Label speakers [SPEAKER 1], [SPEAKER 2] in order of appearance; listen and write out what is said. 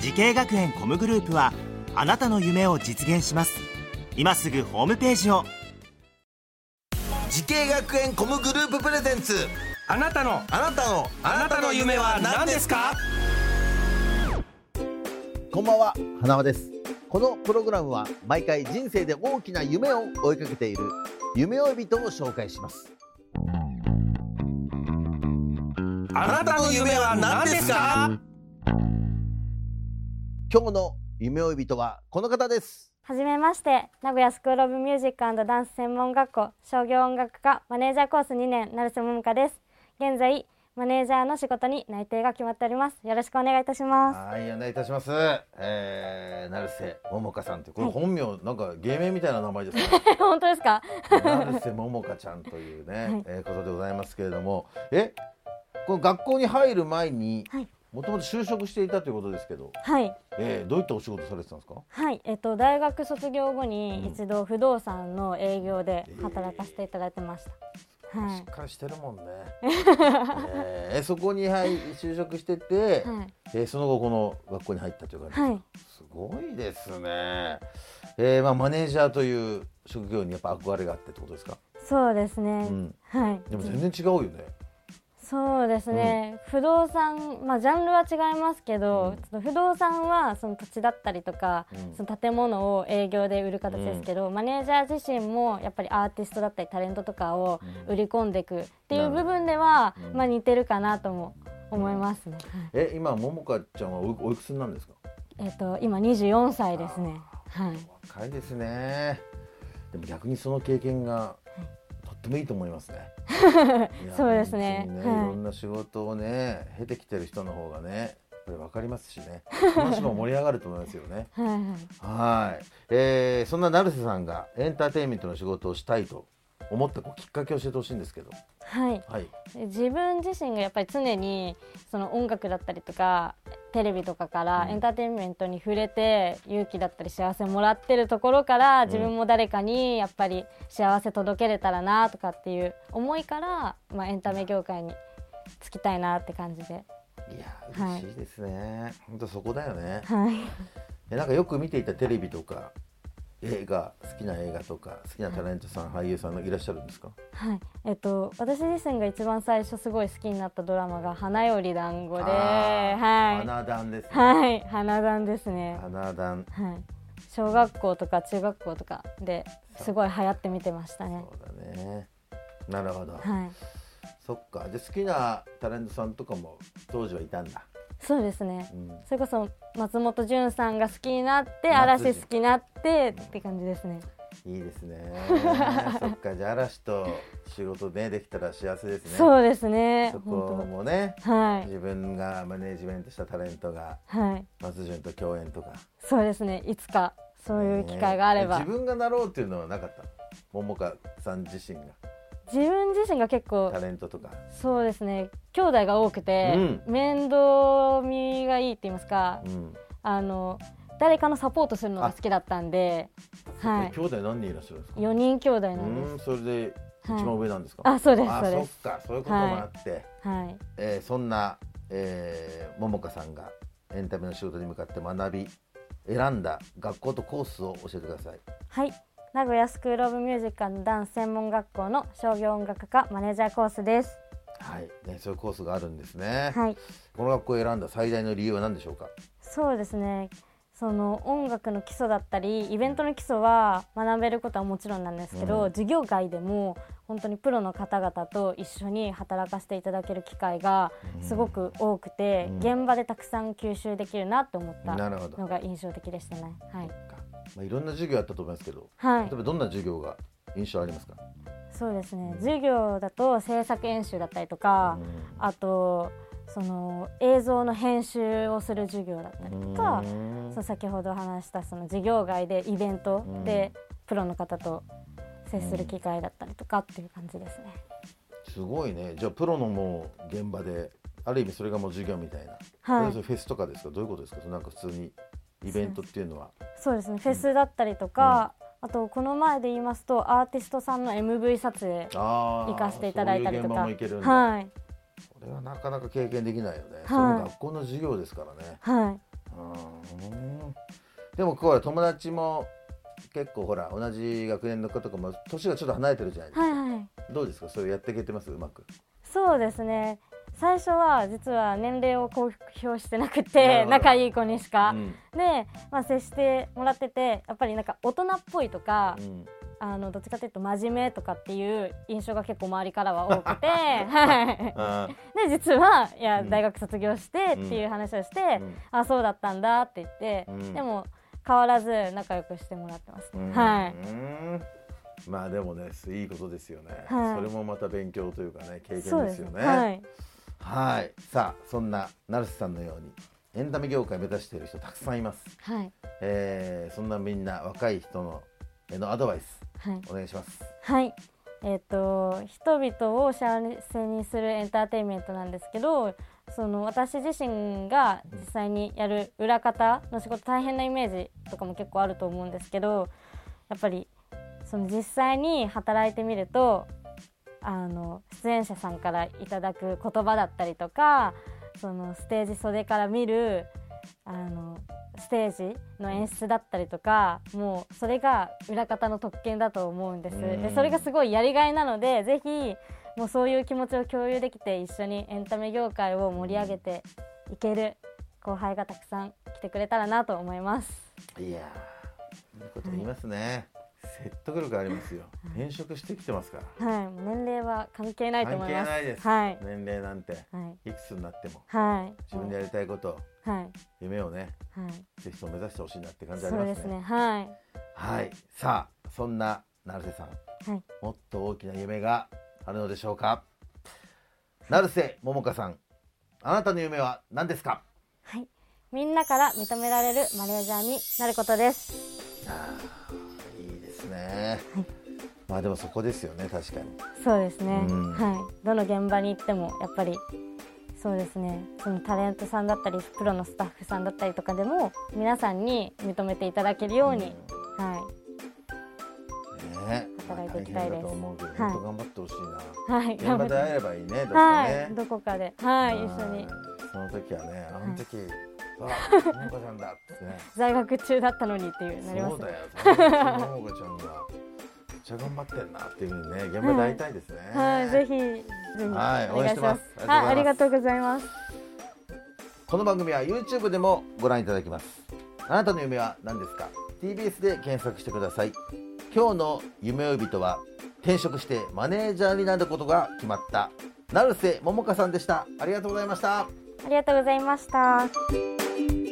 [SPEAKER 1] 時系学園コムグループはあなたの夢を実現します今すぐホームページを
[SPEAKER 2] 時系学園コムグループプレゼンツ
[SPEAKER 3] あなたの
[SPEAKER 2] あなたの
[SPEAKER 3] あなたの夢は何ですか
[SPEAKER 4] こんばんは、花輪です。このプログラムは毎回人生で大きな夢を追いかけている夢追い人を紹介します。
[SPEAKER 3] あなたの夢は何ですか
[SPEAKER 4] 今日の夢追い人はこの方です。
[SPEAKER 5] はじめまして、名古屋スクールオブミュージックダンス専門学校商業音楽科マネージャーコース2年成瀬桃香です。現在マネージャーの仕事に内定が決まっております。よろしくお願いいたします。
[SPEAKER 4] はい、お願いいたします。えー、成瀬桃香さんって、これ本名、なんか芸名みたいな名前ですね。
[SPEAKER 5] 本当ですか？
[SPEAKER 4] 成瀬桃香ちゃんというね、
[SPEAKER 5] はい
[SPEAKER 4] えーことでございますけれども、え、この学校に入る前に
[SPEAKER 5] はい、
[SPEAKER 4] もともと就職していたということですけど、
[SPEAKER 5] はい
[SPEAKER 4] えー、どういったお仕事されてたんですか。
[SPEAKER 5] はいえっと大学卒業後に一度不動産の営業で働かせていただいてました。は
[SPEAKER 4] しっ
[SPEAKER 5] い。
[SPEAKER 4] かりしてるもんね。えーそこに、はい、就職してて、
[SPEAKER 5] はい
[SPEAKER 4] えーその後この学校に入ったという感じ、
[SPEAKER 5] はい
[SPEAKER 4] すごいですね。えーまあマネージャーという職業にやっぱ憧れがあってってことですか。
[SPEAKER 5] そうですね。
[SPEAKER 4] うん
[SPEAKER 5] はい。
[SPEAKER 4] でも全然違うよね。
[SPEAKER 5] そうですね、不動産、まあ、ジャンルは違いますけど、ちょっと不動産はその土地だったりとか、
[SPEAKER 4] うん
[SPEAKER 5] その建物を営業で売る形ですけど、マネージャー自身もやっぱりアーティストだったりタレントとかを売り込んでいくっていう部分では、まあ、似てるかなとも思いますね、
[SPEAKER 4] え今ももかちゃんはおいおいくつなんですか。
[SPEAKER 5] はいえっと今24歳ですね、はい、
[SPEAKER 4] 若いですね。でも逆にその経験がとってもいいと思いますね。いや
[SPEAKER 5] そうですね
[SPEAKER 4] 本当に
[SPEAKER 5] はい
[SPEAKER 4] い、ろんな仕事をね経てきてる人の方がね。これ分かりますしね。話も盛り上がると思いますよね。
[SPEAKER 5] はいはい
[SPEAKER 4] はい、えー、そんな成瀬さんがエンターテインメントの仕事をしたいと思ったこうきっかけを教えてほしいんですけど、
[SPEAKER 5] はい
[SPEAKER 4] はい、
[SPEAKER 5] 自分自身がやっぱり常にその音楽だったりとかテレビとかからエンターテインメントに触れて勇気だったり幸せもらってるところから自分も誰かにやっぱり幸せ届けれたらなとかっていう思いから、まあ、エンタメ業界に就きたいなって感じで、
[SPEAKER 4] いやー
[SPEAKER 5] はい
[SPEAKER 4] 嬉しいですね。本当そこだよね。
[SPEAKER 5] はい、
[SPEAKER 4] えなんかよく見ていたテレビとか映画好きな映画とか好きなタレントさん、俳優さんがいらっしゃるんですか。
[SPEAKER 5] はいえっと、私自身が一番最初すごい好きになったドラマが「花より団子で」
[SPEAKER 4] あー
[SPEAKER 5] はい
[SPEAKER 4] 花壇ですね。
[SPEAKER 5] はい、花壇ですね。
[SPEAKER 4] 花壇。
[SPEAKER 5] はい、小学校とか中学校とかですごい流行って見てましたね
[SPEAKER 4] そ。うだね。なるほど。
[SPEAKER 5] はい、
[SPEAKER 4] そっか。で好きなタレントさんとかも当時はいたんだ。
[SPEAKER 5] そうですね
[SPEAKER 4] う。ん。
[SPEAKER 5] それこそ松本潤さんが好きになって
[SPEAKER 4] 松潤
[SPEAKER 5] 嵐好きになってって感じですね。
[SPEAKER 4] いいですね。 そっか。じゃあ嵐と仕事ねできたら幸せですね。
[SPEAKER 5] そうですね。
[SPEAKER 4] そこ
[SPEAKER 5] 本
[SPEAKER 4] もね、
[SPEAKER 5] 当。はい
[SPEAKER 4] 自分がマネージメントしたタレントが
[SPEAKER 5] はい。
[SPEAKER 4] 松潤と共演とか
[SPEAKER 5] そうですね。いつかそういう機会があれば
[SPEAKER 4] ねえ自分がなろうっていうのはなかった桃香さん自身が
[SPEAKER 5] 自分自身が結構
[SPEAKER 4] タレントとか
[SPEAKER 5] そうですね。兄弟が多くて、
[SPEAKER 4] うん
[SPEAKER 5] 面倒見がいいって言いますか、
[SPEAKER 4] うん、
[SPEAKER 5] あの誰かのサポートするのが好きだったんで、は
[SPEAKER 4] え
[SPEAKER 5] い
[SPEAKER 4] 兄。弟何人いらっしゃるんですか
[SPEAKER 5] 四人兄弟な
[SPEAKER 4] うん
[SPEAKER 5] です。
[SPEAKER 4] んそれで一番上なんですか、
[SPEAKER 5] あそうです
[SPEAKER 4] あ
[SPEAKER 5] そう
[SPEAKER 4] そ
[SPEAKER 5] で
[SPEAKER 4] っ
[SPEAKER 5] す
[SPEAKER 4] かそういうこともあって、
[SPEAKER 5] はい
[SPEAKER 4] えーそんな、えー、桃香さんがエンタメの仕事に向かって学び選んだ学校とコースを教えてください
[SPEAKER 5] はい名古屋スクールオブミュージックダンス専門学校の商業音楽科マネージャーコース です
[SPEAKER 4] はい、ね、そういうコースがあるんですね、
[SPEAKER 5] はい
[SPEAKER 4] この学校を選んだ最大の理由は何でしょうか
[SPEAKER 5] そうですねその音楽の基礎だったりイベントの基礎は学べることはもちろんなんですけど、
[SPEAKER 4] うん
[SPEAKER 5] 授業外でも本当にプロの方々と一緒に働かせていただける機会がすごく多くて、
[SPEAKER 4] うん
[SPEAKER 5] 現場でたくさん吸収できるなと思った
[SPEAKER 4] なるほど
[SPEAKER 5] のが印象的でしたねはい、
[SPEAKER 4] かまあ、いろんな授業あったと思いますけど、
[SPEAKER 5] はい
[SPEAKER 4] 例えばどんな授業が印象ありますか、
[SPEAKER 5] そうですね授業だと制作演習だったりとか、あとその映像の編集をする授業だったりとかその先ほど話したその授業外でイベントでプロの方と接する機会だったりとかっていう感じですね。
[SPEAKER 4] すごいねじゃあプロのもう現場である意味それがもう授業みたいな、
[SPEAKER 5] はい
[SPEAKER 4] それフェスとかですかどういうことですかそのなんか普通にイベントっていうのは
[SPEAKER 5] そうですねフェスだったりとか、あとこの前で言いますとアーティストさんの MV 撮影
[SPEAKER 4] あー
[SPEAKER 5] 行かせていただいたりとか
[SPEAKER 4] そういう現場も行けるんだ、
[SPEAKER 5] はい
[SPEAKER 4] これはなかなか経験できないよね、それも学校の授業ですからね
[SPEAKER 5] はい
[SPEAKER 4] うんでもこう友達も結構ほら同じ学年の子とかも年がちょっと離れてるじゃないですか、
[SPEAKER 5] はいはい
[SPEAKER 4] どうですかそれやっていけてますうまく
[SPEAKER 5] そうですね最初は実は年齢を公表してなく
[SPEAKER 4] なる
[SPEAKER 5] て
[SPEAKER 4] ほど
[SPEAKER 5] 仲いい子にしか、
[SPEAKER 4] うん
[SPEAKER 5] で、まあ、接してもらっててやっぱりなんか大人っぽいとか、
[SPEAKER 4] うん
[SPEAKER 5] あのどっちかというと真面目とかっていう印象が結構周りからは多くて、はい
[SPEAKER 4] あ
[SPEAKER 5] で実はいや、
[SPEAKER 4] うん
[SPEAKER 5] 大学卒業してっていう話をして、
[SPEAKER 4] ーうん
[SPEAKER 5] あそうだったんだって言って、
[SPEAKER 4] うん
[SPEAKER 5] でも変わらず仲良くしてもらってます、
[SPEAKER 4] うん
[SPEAKER 5] はい
[SPEAKER 4] まあでもねいいことですよね、
[SPEAKER 5] はい
[SPEAKER 4] それもまた勉強というかね経験です
[SPEAKER 5] そうです
[SPEAKER 4] よ
[SPEAKER 5] ね
[SPEAKER 4] ね
[SPEAKER 5] はい
[SPEAKER 4] はいさあそんな成瀬さんのようにエンタメ業界目指している人たくさんいます、
[SPEAKER 5] はい
[SPEAKER 4] えーそんなみんな若い人のへのアドバイス
[SPEAKER 5] はい
[SPEAKER 4] お願いします
[SPEAKER 5] はいえっ、と人々を幸せにするエンターテインメントなんですけどその私自身が実際にやる裏方の仕事大変なイメージとかも結構あると思うんですけどやっぱりその実際に働いてみるとあの出演者さんからいただく言葉だったりとかそのステージ袖から見るあのステージの演出だったりとかもうそれが裏方の特権だと思うんです
[SPEAKER 4] うん
[SPEAKER 5] でそれがすごいやりがいなのでぜひもうそういう気持ちを共有できて一緒にエンタメ業界を盛り上げていける後輩がたくさん来てくれたらなと思います。
[SPEAKER 4] いやーいいこと言いますね、説得力ありますよ転職してきてますから
[SPEAKER 5] はい、もう年齢は関係ないと思
[SPEAKER 4] 関
[SPEAKER 5] い
[SPEAKER 4] 係
[SPEAKER 5] ます。
[SPEAKER 4] ないです、
[SPEAKER 5] はい、
[SPEAKER 4] 年齢なんて
[SPEAKER 5] はい、
[SPEAKER 4] いくつになっても
[SPEAKER 5] はい、
[SPEAKER 4] 自分でやりたいこと
[SPEAKER 5] はい、
[SPEAKER 4] 夢をね
[SPEAKER 5] はい、
[SPEAKER 4] ぜひとも目指してほしいなって感じあり
[SPEAKER 5] そう
[SPEAKER 4] ま
[SPEAKER 5] ですす
[SPEAKER 4] ね
[SPEAKER 5] ね、はい。
[SPEAKER 4] はいさあそんな成瀬さん、
[SPEAKER 5] はい
[SPEAKER 4] もっと大きな夢があるのでしょうか成瀬桃香さんあなたの夢は何ですか
[SPEAKER 5] はい。みんなから認められるマネージャーになることです。
[SPEAKER 4] いいですね、まあでもそこですよね確かに
[SPEAKER 5] そうですね。
[SPEAKER 4] うん
[SPEAKER 5] はい。どの現場に行っても、やっぱり、そうですね。そのタレントさんだったり、プロのスタッフさんだったりとかでも、皆さんに認めていただけるように、は
[SPEAKER 4] ね
[SPEAKER 5] 働いていき
[SPEAKER 4] まあ
[SPEAKER 5] たい
[SPEAKER 4] 大変
[SPEAKER 5] です
[SPEAKER 4] だと思うけど、
[SPEAKER 5] はい
[SPEAKER 4] 本当頑張ってほしい
[SPEAKER 5] い。はい。
[SPEAKER 4] な現場
[SPEAKER 5] 頑張っ
[SPEAKER 4] で会えればいいねどこ
[SPEAKER 5] て
[SPEAKER 4] ね、
[SPEAKER 5] はい。どこかで、はい、
[SPEAKER 4] うん
[SPEAKER 5] 一緒に。
[SPEAKER 4] その時はねあの時、わあ桃香ちゃんだってね
[SPEAKER 5] 在学中だったのにっていう、なりま
[SPEAKER 4] そ
[SPEAKER 5] す
[SPEAKER 4] う
[SPEAKER 5] ね
[SPEAKER 4] だ。よ。そうだよももこちゃんがめっちゃ頑張ってんなっていうふうにね、現場で会いたいですね。
[SPEAKER 5] はい、ぜひ、ぜひ、お
[SPEAKER 4] は
[SPEAKER 5] 願い
[SPEAKER 4] い
[SPEAKER 5] します。
[SPEAKER 4] 応援してます
[SPEAKER 5] はい、
[SPEAKER 4] あ
[SPEAKER 5] あ
[SPEAKER 4] り
[SPEAKER 5] り
[SPEAKER 4] が
[SPEAKER 5] がとうございます。
[SPEAKER 4] この番組は YouTube でもご覧いただけます。あなたの夢は何ですか ?TBS で検索してください。今日の夢追い人は転職してマネージャーになることが決まった成瀬桃香さんでした。ありがとうございました。
[SPEAKER 5] ありがとうございました。